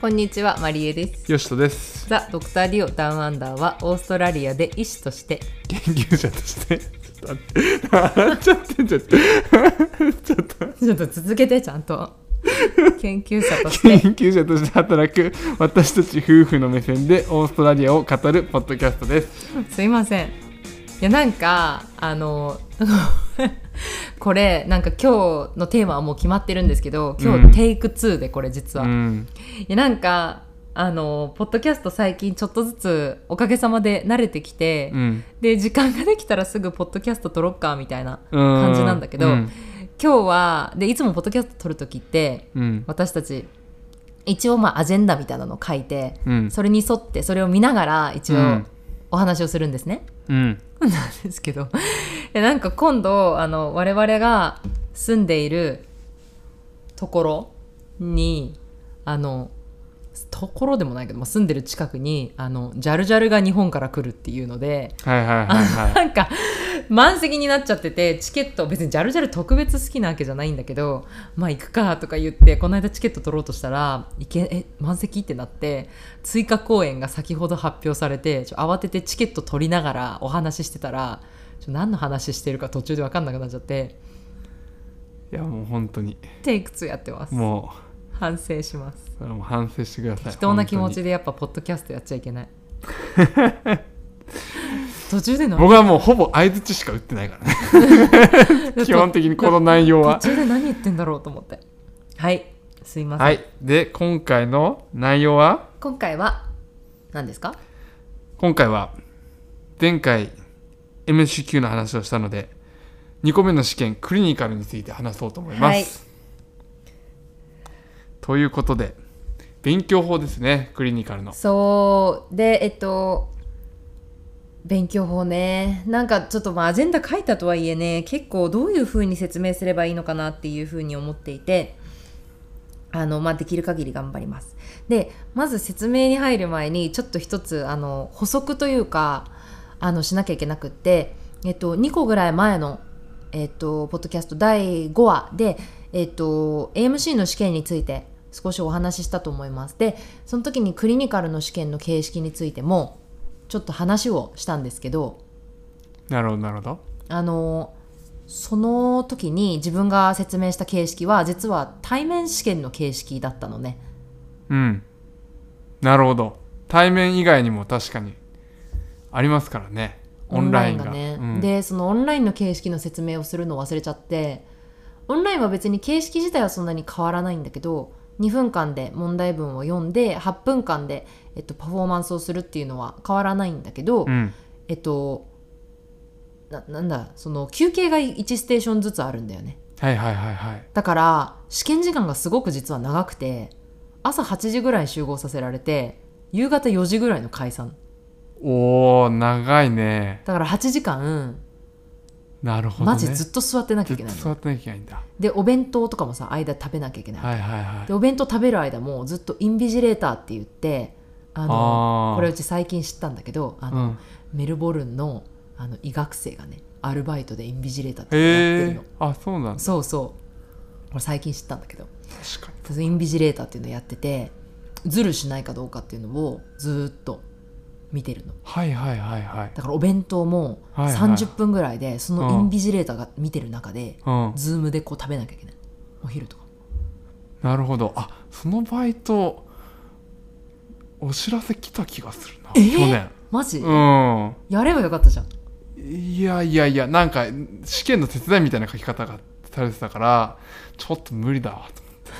こんにちは、マリエです。よしとですザ・ドクター・ディオ・ダウン・アンダーはオーストラリアで医師として研究者としてちょっと笑っちゃってんじゃんちょっとちょっと続けてちゃん と研究者として研究者として働く私たち夫婦の目線でオーストラリアを語るポッドキャストですすいませんいやなんかあの これなんか今日のテーマはもう決まってるんですけど今日、うんテイク2でこれ実うは、いんやなんかあのポッドキャスト最近ちょっとずつおかげさまで慣れてきて、うんで時間ができたらすぐポッドキャスト撮ろっかみたいな感感じなんだけど、うん今日はでいつもポッドキャスト撮る時ってうん私たち一応まあアジェンダみたいなの書いて、うんそれに沿ってそれを見ながら一う応んお話をするんですね。うんなんですけどえなんか今度あの我々が住んでいるところにあのところでもないけど、まあ、住んでる近くにあのジャルジャルが日本から来るっていうので。はいはいはいはなんか満席になっちゃっててチケット別にジャルジャル特別好きなわけじゃないんだけどまあ行くかとか言ってこの間チケット取ろうとしたらいけえ満席ってなって追加公演が先ほど発表されてちょ慌ててチケット取りながらお話ししてたらちょ何の話してるか途中で分かんなくなっちゃっていいやもう本当にテイク2やってますも反省しますうそれはもう反省してください適当な気持ち本でやっぱポッドキャストやっちゃいけ ない途中で何当に僕はもうほぼ相槌しか打ってないから ね基本的にこの内容は途中で何言ってんだろうと思ってはいすいません、はいで今回の内容は今回は何ですか今回は前回 MCQ の話をしたので2個目の試験クリニカルについて話そうと思います。ということで勉強法ですねクリニカルの。そうでえっと勉強法ねなんかちょっとまあアジェンダ書いたとはいえね結構どういうふうに説明すればいいのかなっていうふうに思っていてあの、まあ、できる限り頑張りますでまず説明に入る前にちょっと一つあの補足というかあのしなきゃいけなくって、えっと、2個ぐらい前の、えっと、ポッドキャスト第5話で、えっと、AMC の試験について少しお話ししたと思いますでその時にクリニカルの試験の形式についてもちょっと話をしたんですけどなるほどなるほど。あのその時に自分が説明した形式は実は対面試験の形式だったのねうん。なるほど。対面以外にも確かにありますからねオンラインが。ね、うん、でそのオンラインの形式の説明をするのを忘れちゃってオンラインは別に形式自体はそんなに変わらないんだけど2分間で問題文を読んで8分間で、えっと、パフォーマンスをするっていうのは変わらないんだけど、うんえっとななんだその休憩が1ステーションずつあるんだよねはいはいはいはい。だから試験時間がすごく実は長くて朝8時ぐらい集合させられて夕方4時ぐらいの解散おー長いね。だから8時間なるほど、ね。マジずっと座ってなきゃいけないずっのと座ってなきゃいけないんだ。でお弁当とかもさ間食べなきゃいけない、はいはいはいで。お弁当食べる間もずっとインビジレーターって言ってあのあーこれうち最近知ったんだけどあうの、ん、メルボルンのあの医学生がねアルバイトでインビジレーターってやへってるえの。あそうなんだ。そうそう俺最近知ったんだけど確かに。インビジレーターっていうのやっててズルしないかどうかっていうのをずーっと見てるのはいはいはいはい。だからお弁当もはいはい30分ぐらいでそのイうんンビジレーターが見てる中でうん、ズームでこう食べなきゃいけないお昼とかなるほどあそのバイトお知らせ来た気がするな、えー去年マジ、うんやればよかったじゃんいやいやいやなんか試験の手伝いみたいな書き方がされてたからちょっと無理だわ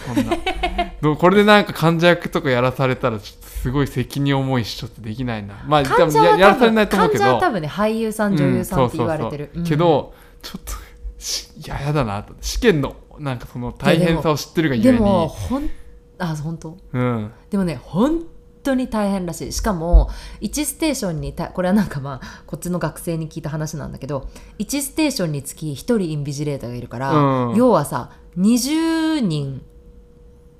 と思ってそんな どうこれでなんか患者役とかやらされたらちょっとすごい責任重いしちょっとできないなまあ患者多分やはやら多されな分いと思う患けど者は多分ね俳優さん女優さんって言われてる、ううんそうそうそうんけどちょっとしいややだなと試験のなんかその大変さを知ってるがゆでえにもほんあ本当うんでもね本当に大変らしいしかも1ステーションにたこれはなんかまあこっちの学生に聞いた話なんだけど1ステーションにつき1人インビジレーターがいるから、うん要はさ20人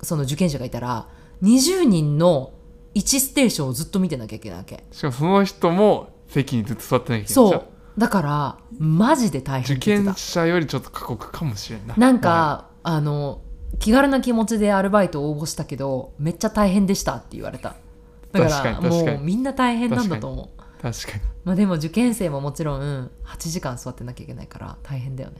その受験者がいたら20人の1ステーションをずっと見てなきゃいけないわけしかもその人も席にずっと座ってなきゃいけないでしそょうだからマジで大変受って言ってた験者よりちょっと過酷かもしれんななんはか、あの気軽な気持ちでアルバイトを応募したけどめっちゃ大変でしたって言われただ確かからに確もかにうみんな大変なんだと思う確かにまあでも受験生ももちろん8時間座ってなきゃいけないから大変だよね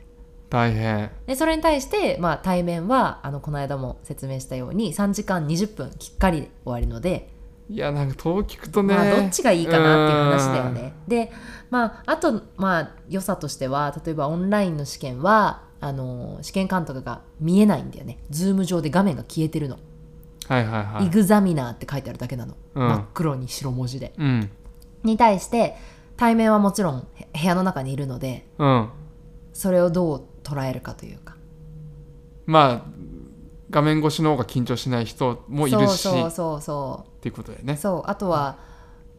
大変でそれに対して、まあ、対面はあのこの間も説明したように3時間20分きっかりで終わるので、いやなんか遠聞くとね、まあ、どっちがいいかなっていう話だよね。で、まあ、あと、まあ、良さとしては例えばオンラインの試験はあの試験監督が見えないんだよね。ズーム上で画面が消えてるの。うんはいはいはイいグザミナーって書いてあるだけなの、うん真っ黒に白文字で。うんに対して対面はもちろんへ部屋の中にいるのでうんそれをどう捉えるかというか。まあ画面越しの方が緊張しない人もいるしそうそうっそうそうていうことだよねそうあとは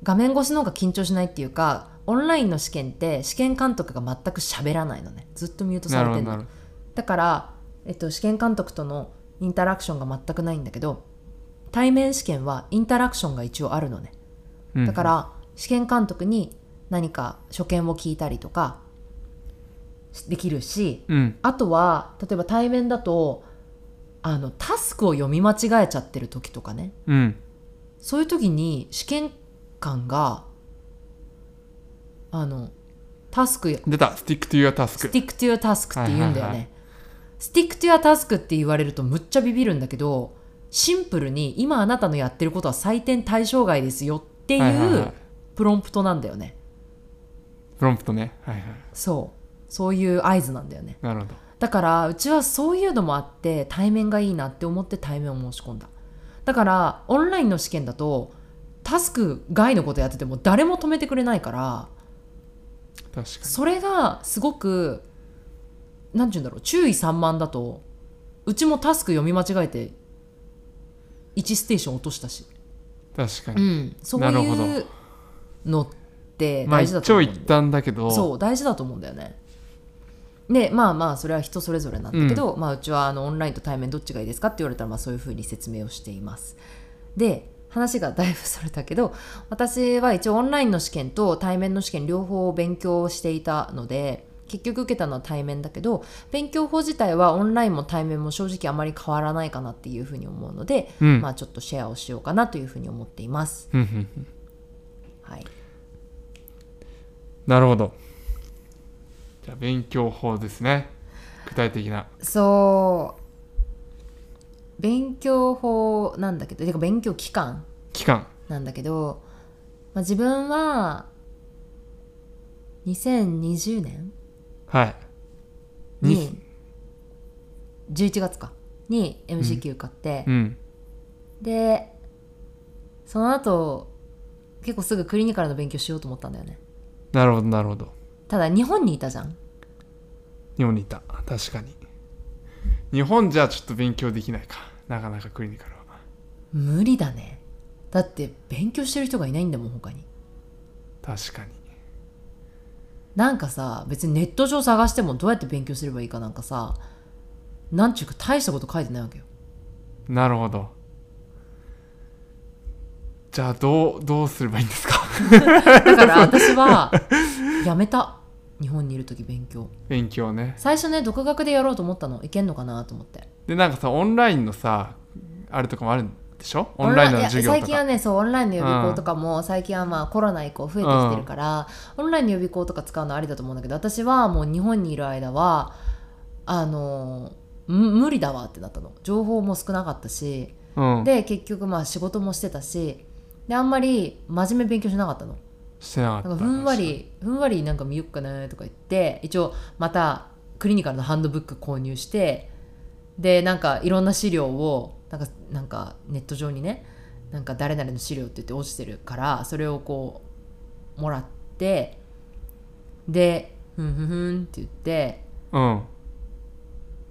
画面越しの方が緊張しないっていうかオンラインの試験って試験監督が全く喋らないのねずっとミュートさなれてるほるのどなるほだから、えっと、試験監督とのインタラクションが全くないんだけど対面試験はインタラクションが一応あるのねどうんだから試験監督に何か所見を聞いたりとかできるしうんあとは例えば対面だとあのタスクを読み間違えちゃってる時とかねうんそういう時に試験官があのタスクよ出た stick to your ス task ティック・トゥ・ア・タスクって言うんだよね、はいはいはいスティック・トゥ・ア・タスクって言われるとむっちゃビビるんだけどシンプルに今あなたのやってることは採点対象外ですよっていはいはいはういプロンプトなんだよね、プロンプトねはいはいそうそういう合図なんだよねなるほどだからうちはそういうのもあって対面がいいなって思って対面を申し込んだだからオンラインの試験だとタスク外のことやってても誰も止めてくれないから確かそれがすごく何て言うんだろう注意散漫だとうちもタスク読み間違えて1ステーション落としたし、に確かうに、ん、そうなるほどいうのってまあ大事一だと思長う、一短だけどそう大事だと思うんだよねでまあまあそれは人それぞれなんだけど、うまあ、うちはあのオンラインと対面どっちがいいですかって言われたら、まあ、そういうふうに説明をしていますで話がだいぶそれたけど私は一応オンラインの試験と対面の試験両方勉強していたので結局受けたのは対面だけど勉強法自体はオンラインも対面も正直あまり変わらないかなっていうふうに思うので、うんまあちょっとシェアをしようかなというふうに思っています。うんうんうんはい、なるほどじゃあ勉強法ですね具体的なそう勉強法なんだけどてか勉強期間期間なんだけど、まあ、自分は2020年はいに11月かに MCQ 買って、うんでその後結構すぐクリニカルの勉強しようと思ったんだよねなるほどなるほどただ日本にいたじゃん日本にいた確かに日本じゃちょっと勉強できないかなかなかクリニカルは無理だねだって勉強してる人がいないんだもん他に確かになんかさ別にネット上探してもどうやって勉強すればいいかなんかさなんちゅうか大したこと書いてないわけよなるほどじゃあどうどうすればいいんですかだから私 はやめた日本にいる時勉強勉強ね最初ね独学でやろうと思ったのいけんのかなと思ってでなんかさオンラインのさあれとかもあるんでしょオンラインの授業いや最と近はかねそうオンラインの予備校とかも、最近はまあコロナ以降増えてきてるから、オンラインの予備校とか使うのありだと思うんだけど私はもう日本にいる間はあのむ無理だわってなったの情報も少なかったしうんで結局まあ仕事もしてたしであんまり真面目に勉強しなかったのしてなかったなんかふんわりふんわりなんか見よっかなとか言って一応またクリニカルのハンドブック購入してでなんかいろんな資料をなんかなんかネット上にねなんか誰々の資料って言って落ちてるからそれをこうもらってでふんふんふんって言ってうん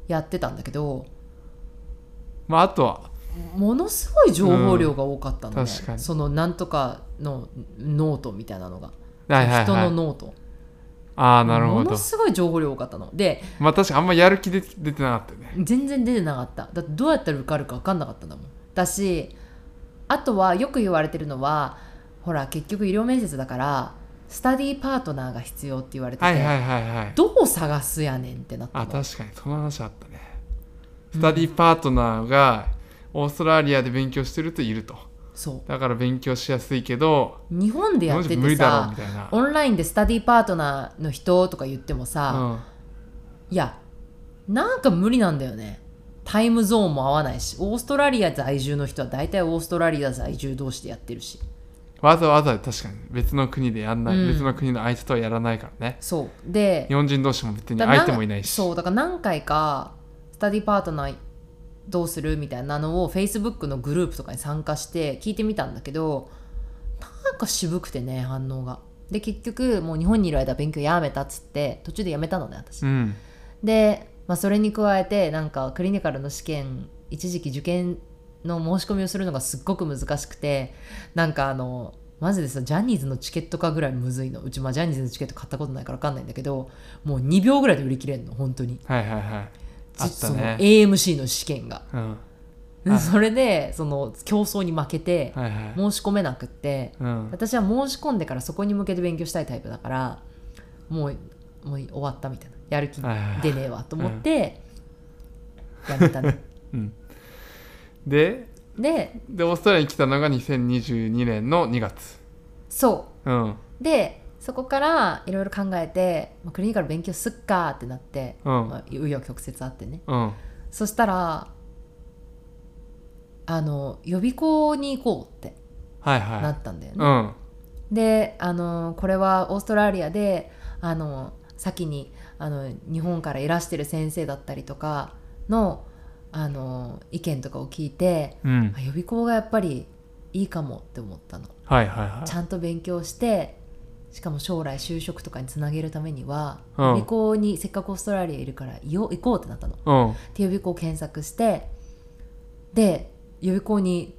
やってたんだけどまああとはものすごい情報量が多かったのね、うん確かにそのなんとかのノートみたいなのが、はいはい人のはいノートああなるほもどのすごい情報量多かったのでまあ確かにあんまやる気で出てなかったよね全然出てなかっただってどうやったら受かるか分かんなかったんだもんだしあとはよく言われてるのはほら結局医療面接だからスタディーパートナーが必要って言われてて、はいはいはいはいどう探すやねんってなったあの確かにその話あったねスタディパートナーがオーストラリアで勉強してるといるとそだから勉強しやすいけどう日本でやって無て理だろうさみたいなオンラインでスタディパートナーの人とか言ってもさ、いやなんか無理なんだよねタイムゾーンも合わないしオーストラリア在住の人は大体オーストラリア在住同士でやってるしうん、わざわざ確かに別の国でやんない、うん別の国の相手とはやらないからねそうで日本人同士も別にだから相手もいないしそうだから何回かスタディパートナーどうするみたいなのを Facebook のグループとかに参加して聞いてみたんだけどなんか渋くてね反応がで結局もう日本にいる間勉強やめたっつって途中でやめたのね私、うんで、まあ、それに加えてなんかクリニカルの試験一時期受験の申し込みをするのがすっごく難しくてなんかあのマジでさジャニーズのチケットかぐらいむずいのうちまあジャニーズのチケット買ったことないから分かんないんだけどもう2秒ぐらいで売り切れんの本当にはいはいはいあったそのね AMC の試験がうんではいそれでその競争に負けてはいはい申し込めなくってうん私は申し込んでからそこに向けて勉強したいタイプだからもうもう終わったみたいなやる気はいはいはい出ねえわと思ってやめた ねうんでででオーストラリアに来たのが2022年の2月そうんうでそこからいろいろ考えてまあクリニカル勉強すっかってなってうんまあ紆余、曲折あってねうんそしたらあの予備校に行こうってはいはいなったんだよね、うんであのこれはオーストラリアであの先にあの日本からいらしてる先生だったりとかのあの意見とかを聞いてうんあ予備校がやっぱりいいかもって思ったの。はいはいはちいゃんと勉強してしかも将来就職とかにつなげるためには、うん予備校にせっかくオーストラリアいるからいよ行こうってなったの。うんで予備校を検索してで予備校に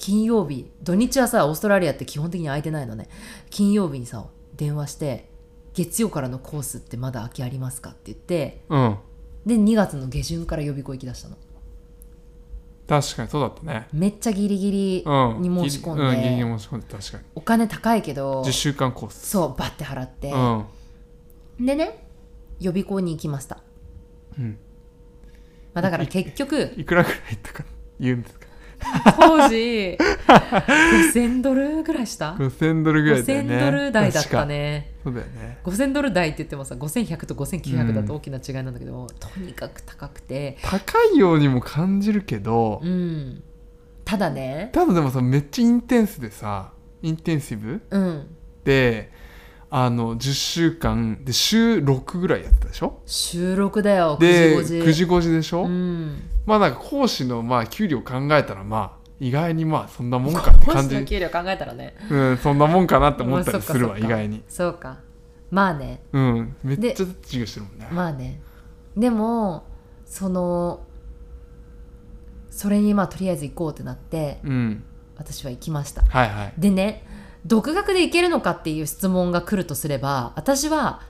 金曜日土日はさオーストラリアって基本的に空いてないのね金曜日にさ電話して月曜からのコースってまだ空きありますかって言ってうんで2月の下旬から予備校行きだしたの確かにそうだったねめっちゃギリギリうんに申し込んで、うんギリギリ申し込んで確かにお金高いけど10週間コースそうバッて払ってう、んでね予備校に行きました、うんまあ、だから結 局いくらぐらいとか言うんですか当時5000ドルぐらいした5000ドルぐらいだよね5000ドル台だったね確かそうだよね5000ドル台って言ってもさ5100と5900だうとん大きな違いなんだけど、とにかく高くて高いようにも感じるけどうんただねただでもさめっちゃインテンスでさインテンシブうんであの10週間で週6ぐらいやってたでしょ収録だよで9時5 9時5時でしょ、うんまあなんか講師のまあ給料考えたらまあ意外にまあそんなもんかって講感師のじ、給料考えたらねうん、そんなもんかなって思ったまありそっかするわ、そっ意か外にそうかまあねうんめっちゃ授業してるもんね、まあねでもそのそれにまあとりあえず行こうってなってうん私は行きましたはいはいでね独学でいけるのかっていう質問が来るとすれば私は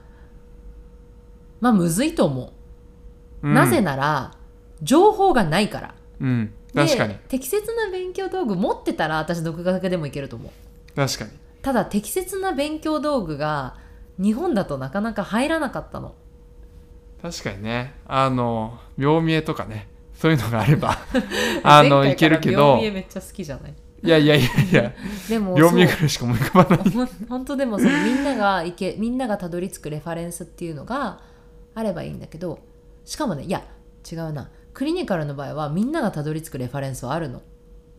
まあむずいと思う、うんなぜなら情報がないからうんで確かに適切な勉強道具持ってたら私独学でもいけると思う確かにただ適切な勉強道具が日本だとなかなか入らなかったの確かにねあの病見えとかねそういうのがあれば あのい前回けからるけど秒見えめっちゃ好きじゃないいやいやいやいやでも病見えそうぐらいしか思い浮かばないほん本当でもそのみんながいけみんながたどり着くレファレンスっていうのがあればいいんだけどしかもねいや違うなクリニカルの場合はみんながたどり着くレファレンスはあるの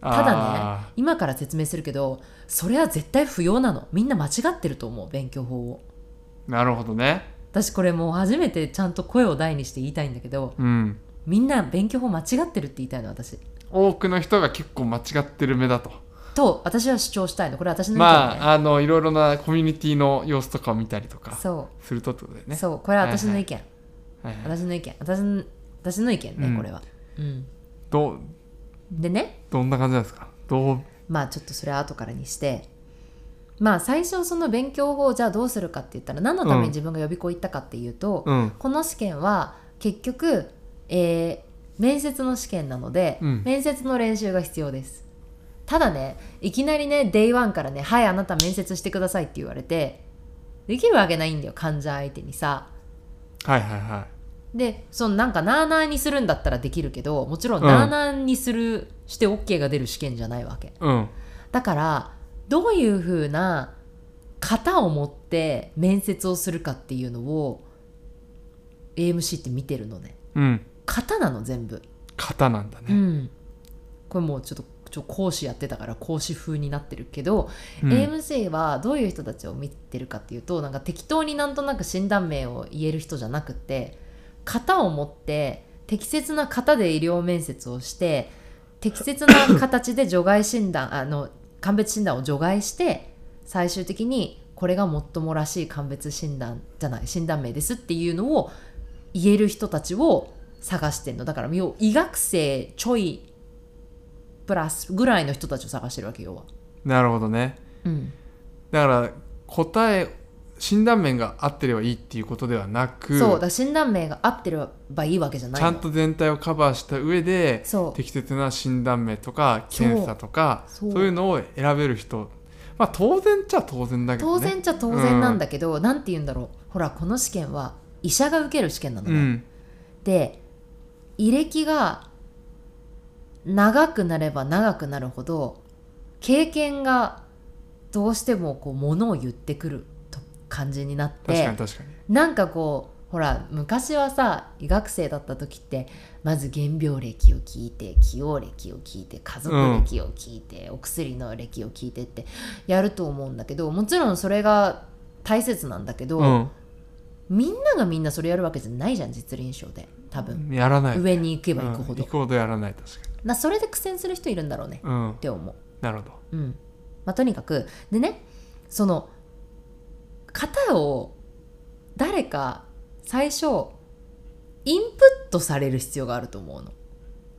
ただねあ今から説明するけどそれは絶対不要なのみんな間違ってると思う勉強法をーなるほどね私これもう初めてちゃんと声を大にして言いたいんだけどうんみんな勉強法間違ってるって言いたいの私多くの人が結構間違ってる目だとと私は主張したいのこれ私の意見ね、まああのいろいろなコミュニティの様子とかを見たりとかそするとってことだよう、ねそうこれは私の意見、はいはい私の意見私の私の意見ね、うんこれは、うん、どうでねどんな感じなんですかどうまあちょっとそれは後からにしてまあ最初その勉強法をじゃあどうするかって言ったら何のために自分が予備校行ったかっていうと、うんこの試験は結局、えー面接の試験なので、うん面接の練習が必要ですただねいきなりね Day1 からね「はいあなた面接してください」って言われてできるわけないんだよ患者相手にさはいはいはでそのなんかなあなあにするんだったらできるけどもちろんなあなあにする、して OK が出る試験じゃないわけうんだからどういうふうな型を持って面接をするかっていうのを AMC って見てるのねうん型なの全部型なんだうね、んこれもうちょっとちょ講師やってたから講師風になってるけど、うん、 AMC はどういう人たちを見てるかっていうとなんか適当になんとなく診断名を言える人じゃなくて型を持って適切な型で医療面接をして適切な形で除外診断あの鑑別診断を除外して最終的にこれが最もらしい鑑別診断じゃない診断名ですっていうのを言える人たちを探してんのだから要医学生ちょいプラスぐらいの人たちを探してるわけ要は。なるほどねうんだから答え診断面が合ってればいいっていうことではなくそうだから診断名が合ってればいいわけじゃないちのゃんと全体をカバーした上でそう適切な診断名とかそう検査とかそそうういうのを選べる人まあ当然っちゃ当然だけど当ね然っちゃ当然なんだけど、なんて言うんだろうほらこの試験は医者が受ける試験なのうね、んで履歴が長くなれば長くなるほど経験がどうしてもこうものを言ってくると感じになって確かに確かになんかこうほら昔はさ医学生だった時ってまず原病歴を聞いて起用歴を聞いて家族歴を聞いて、お薬の歴を聞いてってやると思うんだけどもちろんそれが大切なんだけど、みんながみんなそれやるわけじゃないじゃん実臨床で多分、うんやらない上に行けばうん行くほど、行くほどやらない確かなそれで苦戦する人いるんだろうねにうんって思う。なるほどうんまあ、とにかくでねその型を誰か最初インプットされる必要があると思うのはい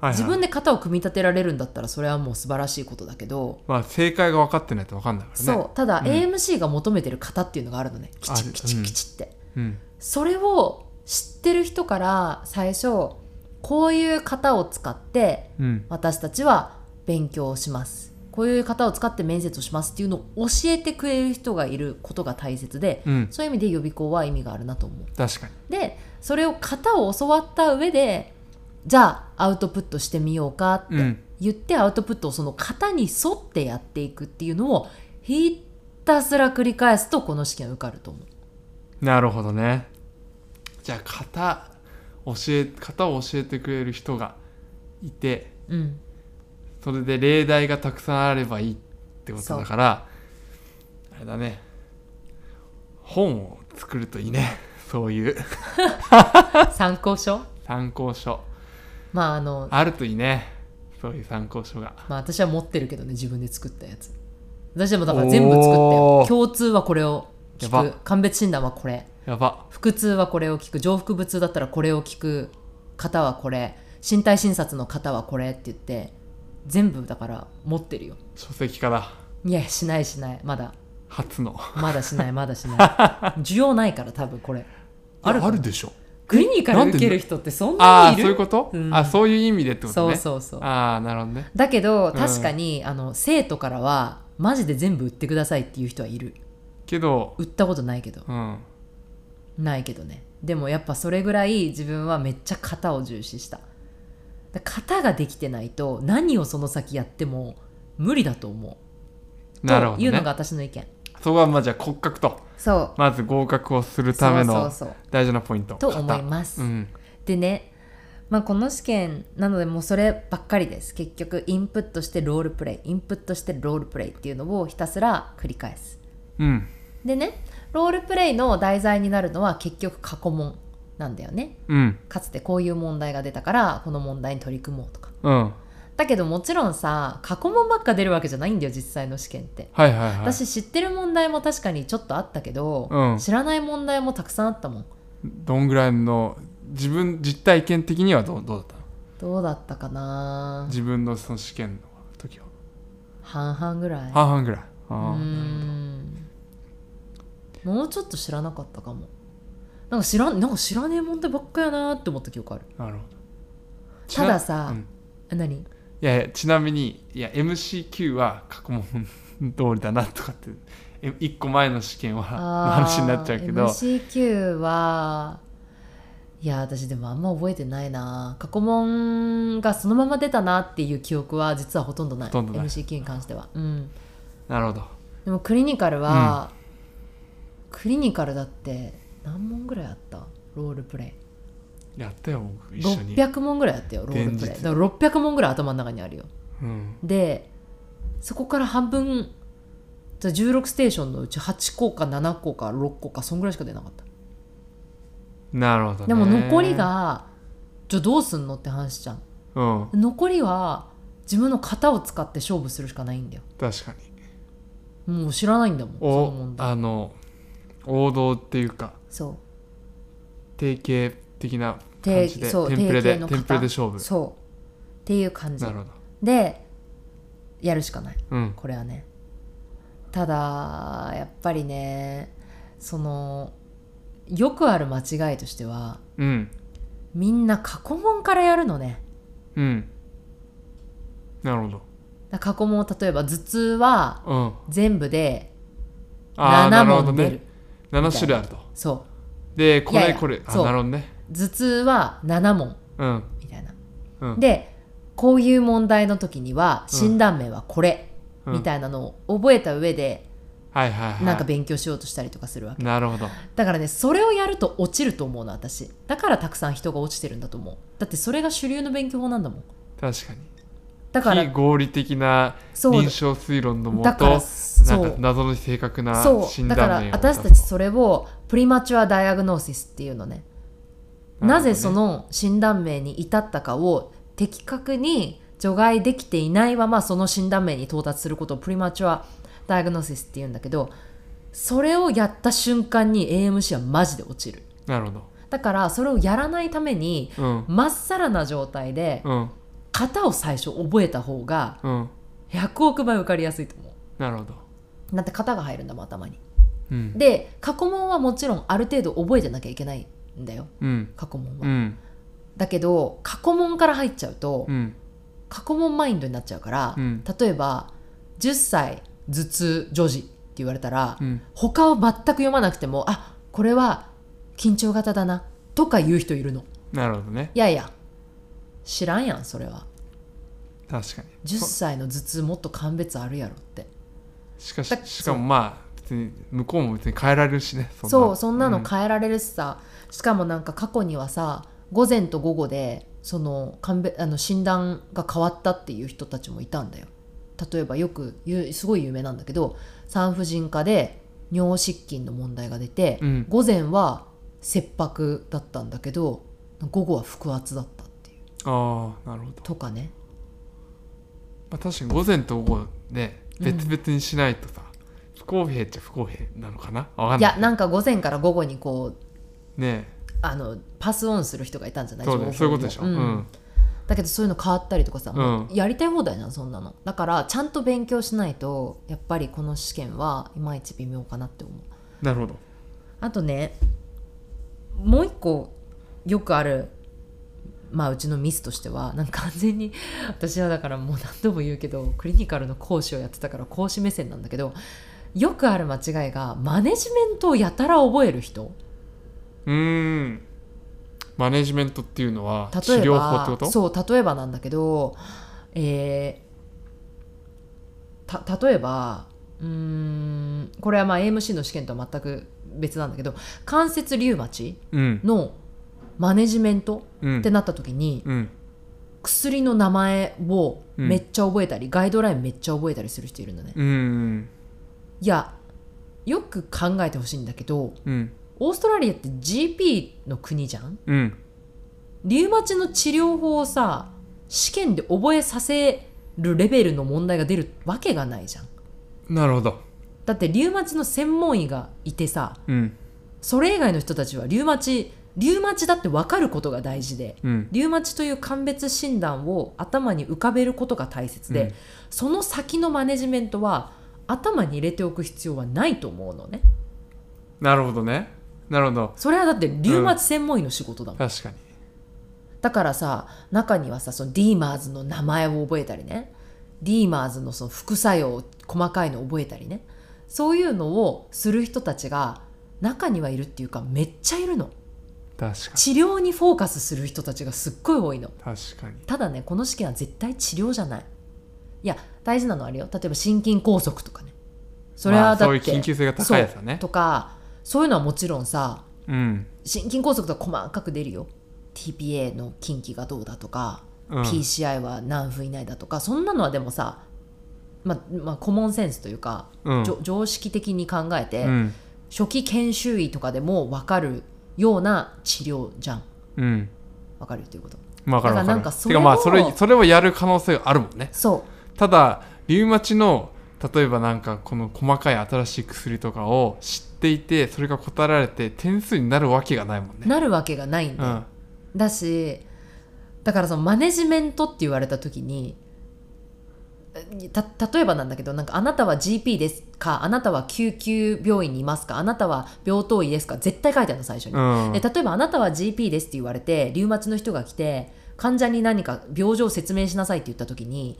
はい自分で型を組み立てられるんだったらそれはもう素晴らしいことだけど、まあ正解が分かってないと分かんないからねそうただうん AMC が求めてる型っていうのがあるのね、あキチるッキチうんッキチッって、うんそれを知ってる人から最初こういう型を使ってうん私たちは勉強をしますこういう方を使って面接をしますっていうのを教えてくれる人がいることが大切で、うんそういう意味で予備校は意味があるなと思う確かにでそれを型を教わった上でじゃあアウトプットしてみようかってうん言ってアウトプットをその型に沿ってやっていくっていうのをひたすら繰り返すとこの試験は受かると思うなるほどねじゃあ型教え型を教えてくれる人がいてうん それで例題がたくさんあればいいってことだからあれだね本を作るといいね そういう参考書参考書まああのあるといいねそういう参考書がまあ私は持ってるけどね自分で作ったやつ私でもだから全部作ったおよー共通はこれを聞やばく鑑別診断はこれやば腹痛はこれを聞く上腹部痛だったらこれを聞く方はこれ身体診察の方はこれって言って全部だから持ってるよ書籍からいやしないしないまだ初のまだしないまだ しない需要ないから多分これあるいやあるでしょクリニーからなんで受ける人ってそんなあにあいそるういうこと、うんあそういう意味でってことそうねそうそうああなるほどねだけどん確かに、あの生徒からはマジで全部売ってくださいっていう人はいるけど売ったことないけどうんないけどねでもやっぱそれぐらい自分はめっちゃ型を重視しただ型ができてないと何をその先やっても無理だと思うなるほど、とね、いうのが私の意見そこはまあじゃあ骨格とそうまず合格をするためそうのそうそう大事なポイントと思い型ます、うんでね、まあ、この試験なのでもうそればっかりです結局インプットしてロールプレイインプットしてロールプレイっていうのをひたすら繰り返すうんでねロールプレイの題材になるのは結局過去問なんだよねうんかつてこういう問題が出たからこの問題に取り組もうとかうんはいだけどもちろんさ過去問ばっか出るわけじゃないんだよ実際の試験って、はいはい私知ってる問題も確かにちょっとあったけど、うん知らない問題もたくさんあったもんどんぐらいの自分実体験的にはどうどうだったのどうだったかな自分のその試験の時は半々ぐらい半々ぐらいうあーあんもうちょっと知らなかったかもなんか知らんなんか知らねえ問題ばっかやなーって思った記憶あるなるほどたださちなうんえ何いやいやちなみにいや MCQ は過去問通りだなとかってえ一個前の試験はのあー話になっちゃうけど MCQ はいや私でもあんま覚えてないな過去問がそのまま出たなっていう記憶は実はほとんどないほとんどない MCQ に関しては、うん、なるほどでもクリニカルは、クリニカルだって何問ぐらいあったロールプレやったよ僕イ一緒に、 600問ぐらいあったよロールプレ現イ実だから600問ぐらい頭の中にあるようん、でそこから半分じゃあ16ステーションのうち8個か7個か6個かそんぐらいしか出なかったなるほどねでも残りがじゃあどうすんのって話じゃんうん残りは自分の型を使って勝負するしかないんだよ確かにもう知らないんだもんそのお問題あの王道っていうかそう定型的な感定じでそうテンプレで定型のテンプレで勝負そうっていう感じなるほどでやるしかないうんこれはねただやっぱりねそのよくある間違いとしてはうんみんな過去問からやるのねうんなるほどだ過去問例えば頭痛はうん全部でああ7なるほど問出るね7種類あるとそでこいやいれやこれあそうなるほどねう頭痛は7問うんみたいな、うんでこういう問題の時にはうん診断名はこれ、うんみたいなのを覚えた上ではいはいはいなんか勉強しようとしたりとかするわけ、なるほどだからねそれをやると落ちると思うの私だからたくさん人が落ちてるんだと思うだってそれが主流の勉強法なんだもん確かにだから非合理的なそう臨床推論のもだかとらなんそかう謎の正確なそう診だか断ら名を私た出ちすそれをプリマチュアダイアグノーシスっていうのねとなぜその診断名に至ったかを的確に除外できていないままその診断名に到達することをプリマチュアダイアグノーシスっていうんだけどそれをやった瞬間に AMC はマジで落ちるなるほどだからそれをやらないためになるほどまっさらな状態でうんうん型を最初覚えた方がうん100億倍受かりやすいと思なるほどうだって型が入るんだもん頭にうんで過去問はもちろんある程度覚えてなきゃいけないんだようん過去問は、うんだけど過去問から入っちゃうと、うん過去問マインドになっちゃうから、うん例えば10歳頭痛女児って言われたら、うん他を全く読まなくてもあこれは緊張型だなとか言う人いるのなるほどねいやいや知らんやんそれは確かに10歳の頭痛もっと鑑別あるやろってしかしだしかもまあ別に向こうも別に変えられるしねそそうそんなの変えられるしさ、しかもなんか過去にはさ午前と午後でその鑑別あの診断が変わったっていう人たちもいたんだよ例えばよく言うすごい有名なんだけど産婦人科で尿失禁の問題が出て、うん午前は切迫だったんだけど午後は腹圧だったっていうああなるほど、とかねまあ、確かに午前と午後ねうん別々にしないとさ、不公平っちゃ不公平なのかなわかんいないやなんか午前から午後にこうねあのパスオンする人がいたんじゃなえいそうだよ情そうい報をうことでしょうんだけどそういうの変わったりとかさ、もううやりたい放題じゃんそんなのだからちゃんと勉強しないとやっぱりこの試験はいまいち微妙かなって思うなるほどあとねもう一個よくあるまあうちのミスとしてはなんか完全に私はだからもう何度も言うけどクリニカルの講師をやってたから講師目線なんだけどよくある間違いがマネジメントをやたら覚える人うーんマネジメントっていうのは治例え療法ってこばとそう例えばなんだけどえーた例えばうーんこれはまあ AMC の試験とは全く別なんだけど関節リウマチうんのマネジメントうんってなった時に、うん薬の名前をうんめっちゃ覚えたり、ガイドラインめっちゃ覚えたりする人いるんだね、うんいやよく考えてほしいんだけどうんオーストラリアって GP の国じゃんうんリウマチの治療法をさ試験で覚えさせるレベルの問題が出るわけがないじゃんなるほどだってリウマチの専門医がいてさうんそれ以外の人たちはリウマチリウマチだって分かることが大事でうんリウマチという鑑別診断を頭に浮かべることが大切で、うんその先のマネジメントは頭に入れておく必要はないと思うのねなるほどねなるほどそれはだってリウマチ専門医の仕事だもん、確かにだからさ中にはさそのディーマーズの名前を覚えたりねディーマーズのその副作用細かいの覚えたりねそういうのをする人たちが中にはいるっていうかめっちゃいるの確か治療にフォーカスする人たちがすっごい多いのに確かにただねこの試験は絶対治療じゃないいや大事なのはあれよ例えば心筋梗塞とかねそれまはだあって、そういう緊急性が高いやつだねそうとかそういうのはもちろんさうん、心筋梗塞とか細かく出るよ TPA の近畿がどうだとか、うん、 PCI は何分以内だとかそんなのはでもさまあまあ、コモンセンスというか、うんじょ常識的に考えて、うん初期研修医とかでも分かるような治療じゃんうん分かるっていうことわかるだからわかなんるかそてれをかまあそれそれをやる可能性があるもんねそただリウマチの例えばなんかこの細かい新しい薬とかを知っていてそれが答えられて点数になるわけがないもんう、ねなるわけがないんだうよ、んだしだからそのマネジメントって言われた時にた例えばなんだけどなんかあなたは GP ですかあなたは救急病院にいますかあなたは病棟医ですか絶対書いてあるの最初に、うんで例えばあなたは GP ですって言われてリウマチの人が来て患者に何か病状を説明しなさいって言った時に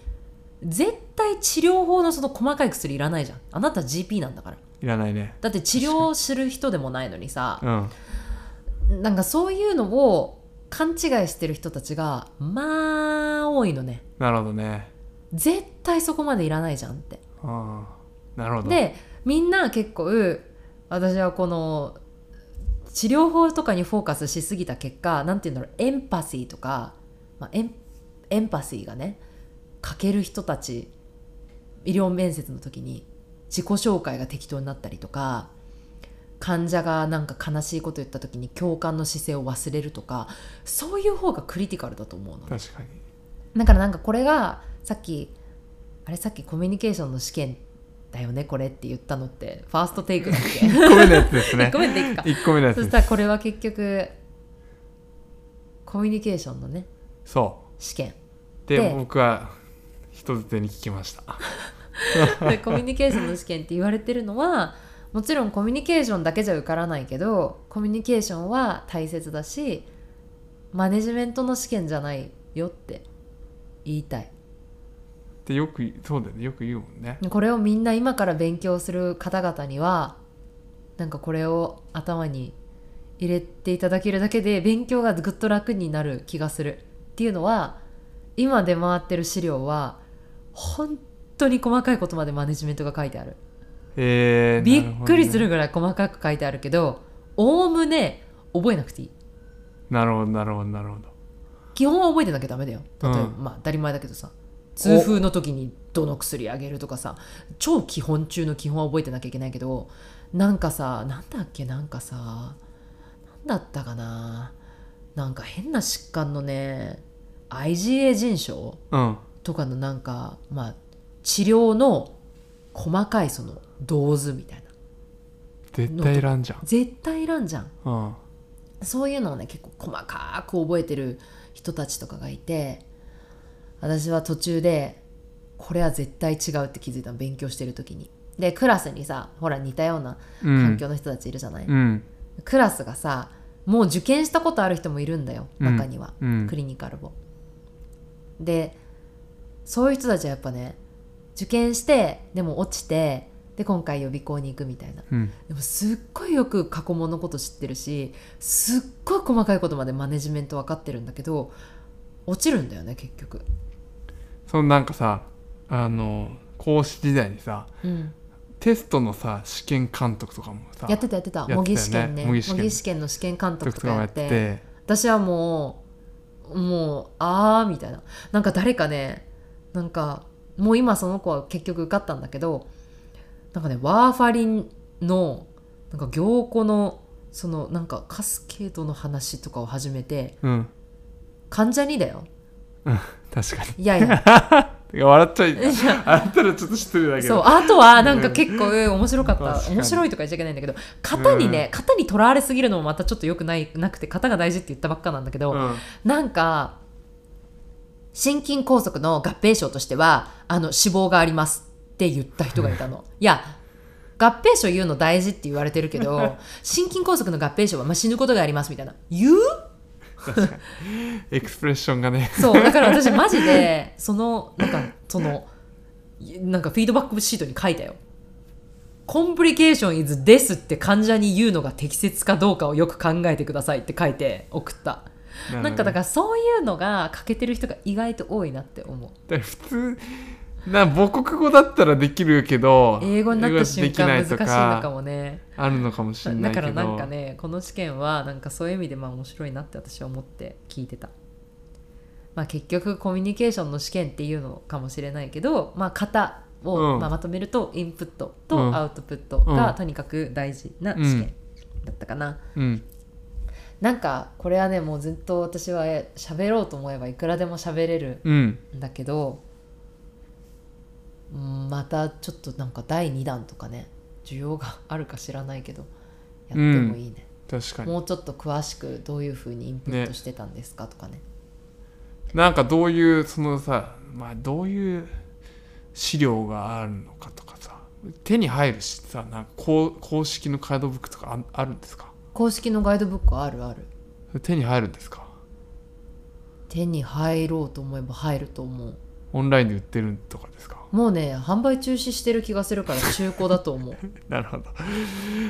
絶対治療法のその細かい薬いらないじゃんあなた GP なんだからいらないねだって治療をする人でもないのにさ、うんなんかそういうのを勘違いしてる人たちがまあ多いのねなるほどね絶対そこまでいらないじゃんってうんなるほどでみんな結構私はこの治療法とかにフォーカスしすぎた結果なんて言うんだろうエンパシーとか、まあ、エンエンパシーがね欠ける人たち医療面接の時に自己紹介が適当になったりとか患者がなんか悲しいこと言った時に共感の姿勢を忘れるとかそういう方がクリティカルだと思うのね確かにだからなんかこれがさっきあれさっきコミュニケーションの試験だよねこれって言ったのってファーストテイクだっけ1個目のやつです ねごめんねいいか1個目のやつ そでしすたらこれは結局コミュニケーションのねそ試験うでで僕は人づてに聞きましたでコミュニケーションの試験って言われてるのはもちろんコミュニケーションだけじゃ受からないけどコミュニケーションは大切だしマネジメントの試験じゃないよって言いたいでよくそうだよねよく言うもんねこれをみんな今から勉強する方々にはなんかこれを頭に入れていただけるだけで勉強がぐっと楽になる気がするっていうのは今出回ってる資料は本当に細かいことまでマネジメントが書いてあるえー、びっくりするぐがらい細かく書いてあるけどおおむね覚えなくていいなるほどねなるほどなるほどなるほ基本は覚えてなきゃダメだよ例えば、うんまあ当たり前だけどさ痛風の時にどの薬あげるとかさ超基本中の基本は覚えてなきゃいけないけどなんかさなんだっけなんかさなんだったかななんか変な疾患のね IgA 腎症どうんとかのなんかまあ治療の細かいその道図みたいな絶対いらんじゃん絶対いらんじゃんうんそういうのをね結構細かく覚えてる人たちとかがいて私は途中でこれは絶対違うって気づいたの勉強してる時にでクラスにさほら似たようなうん環境の人たちいるじゃない、うんクラスがさもう受験したことある人もいるんだようん中には、うんクリニカルをでそういう人たちはやっぱね受験してでも落ちてで今回予備校に行くみたいなうんでもすっごいよく過去問のこと知ってるしすっごい細かいことまでマネジメント分かってるんだけど落ちるんだよね結局、そのなんかさあの講師時代にさうん、テストのさ試験監督とかもさやってたやってたやってたよね模擬試験ね模模擬擬試試験験の試験監督監督ととかかもややっっててて私はもうもうああみたいななんか誰かねなんかもう今その子は結局受かったんだけどなんかねワーファリンのなんか凝固のそのなんかカスケートの話とかを始めてうん患者にだようん確かにいやいや てか笑っちゃい笑ったらちょっと失礼だけそうどあとはなんか結構うん面白かった確かに面白いとか言っちゃいけないんだけど型にね、型にとらわれすぎるのもまたちょっとよくないなくて型が大事って言ったばっかなんだけど、うんなんか心筋梗塞の合併症としてはあの死亡がありますって言った人がいたのいや合併症言うの大事って言われてるけ ど心筋梗塞の合併症は、まあ、死ぬことがありますみたいな言うエクスプレッションがねそうだから私マジでそのなんかそのなんかフィードバックシートに書いたよコンプリケーション is ですって患者に言うのが適切かどうかをよく考えてくださいって書いて送った。ななんかだらからそういうのが欠けてる人が意外と多いなって思う。普通な母国語だったらできるけど英語になった瞬間難英しい語のだとできないかとかもね。あるのかもしれなだいけかどらなんかねこの試験はなんかそういう意味でまあ面白いなって私は思って聞いてた、まあ、結局コミュニケーションの試験っていうのかもしれないけど、まあ、型を、うんまあ、まとめるとインプットうんとアウトプットうがんとにかく大事な試験だったかな、うんなんかこれはねもうずっと私は喋ろうと思えばいくらでも喋れるうんんだけどうんまたちょっとなんか第2弾とかね需要があるか知らないけどやってもいいね、確かにもうちょっと詳しくどういうふうにインプットしてたんですかとかねなんかどういうそのさまあどういう資料があるのかとかさ手に入るしさなんか公公式のガイドブックとかああるんですか公式のガイドブックはあるある手に入るんですか手に入ろうと思えば入ると思うオンラインで売ってるとかですかもうね販売中止してる気がするから中古だと 思うなるほど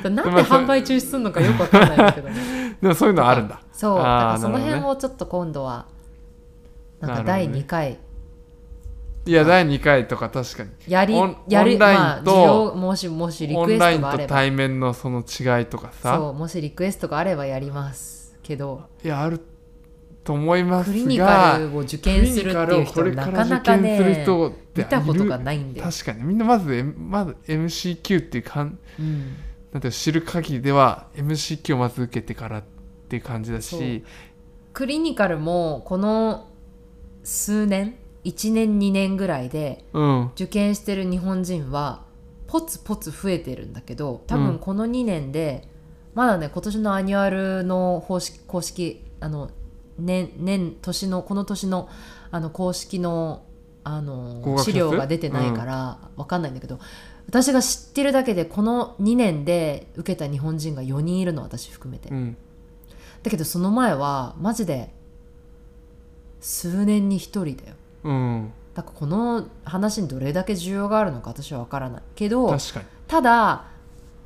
だなんで販売中止するのかよくわかんないんだけどね でもそういうのあるんだそうだかあらーそのなる辺ほどねをちょっと今度はなんかなるほ第どね2回いや第2回とか確かにやりオンやオりンラインまあと需要もしもしリオクエンスライトンがあれとば対面のその違いとかそさうもしリクエストがあればやりますけどいやあると思いますクがリニカルを受験するっていう人クリニなカルをかなかこれから受験するね人っている見たことがないんだよ確かにみんなまず M- まず MCQ っていうかんうんなんていうの知る限りでは MCQ をまず受けてからっていう感じだそうしクリニカルもこの数年1年2年ぐらいでうん受験してる日本人はポツポツ増えてるんだけど多うん分この2年で、まだね今年のアニュアルの方式公式あの年年年のこの年のあの公式のあ合の格者数資料が出てないから分かんないんだけど、私が知ってるだけでこの2年で受けた日本人が4人いるの私含めてう。んだけどその前はマジで数年に一人だようんだからこの話にどれだけ需要があるのか私は分からないけど確かにただ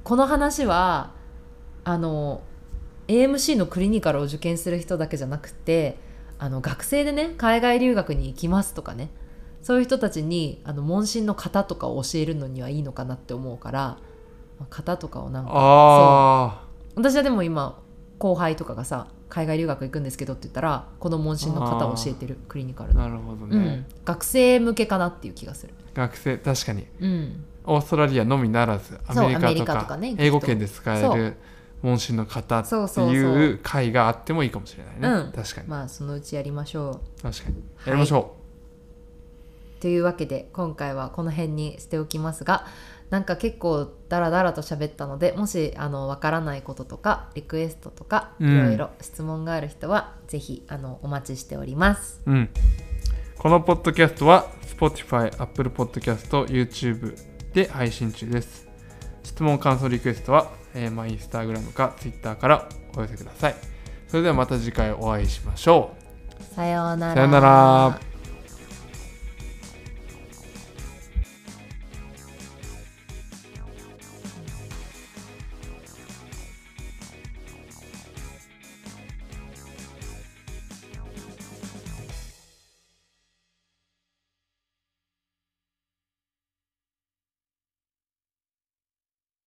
この話はあの AMC のクリニカルを受験する人だけじゃなくてあの学生でね海外留学に行きますとかねそういう人たちにあの問診の型とかを教えるのにはいいのかなって思うからまあ型とかをなんかあ私はでも今後輩とかがさ海外留学行くんですけどって言ったらこの問診の方を教えてるクリニカルあの、なるほどうねん、学生向けかなっていう気がする、学生確かにうん、オーストラリアのみならずアそうメリカアメとリかカとかね行く人英語圏で使える問診の方ってそうそうそいうう会があってもいいかもしれないね、うん確かにまあそのうちやりましょ確かにやりましょうというわけで今回はこの辺にしておきますがなんか結構ダラダラと喋ったのでもしあのわからないこととかリクエストとかいうんろいろ質問がある人は、ぜひあのお待ちしておりますう、うん、このポッドキャストは Spotify、Apple Podcast、YouTube で配信中です質問感想リクエストは、えーまあ、インスタグラムか Twitter からお寄せくださいそれではまた次回お会いしましょうさようならさようなら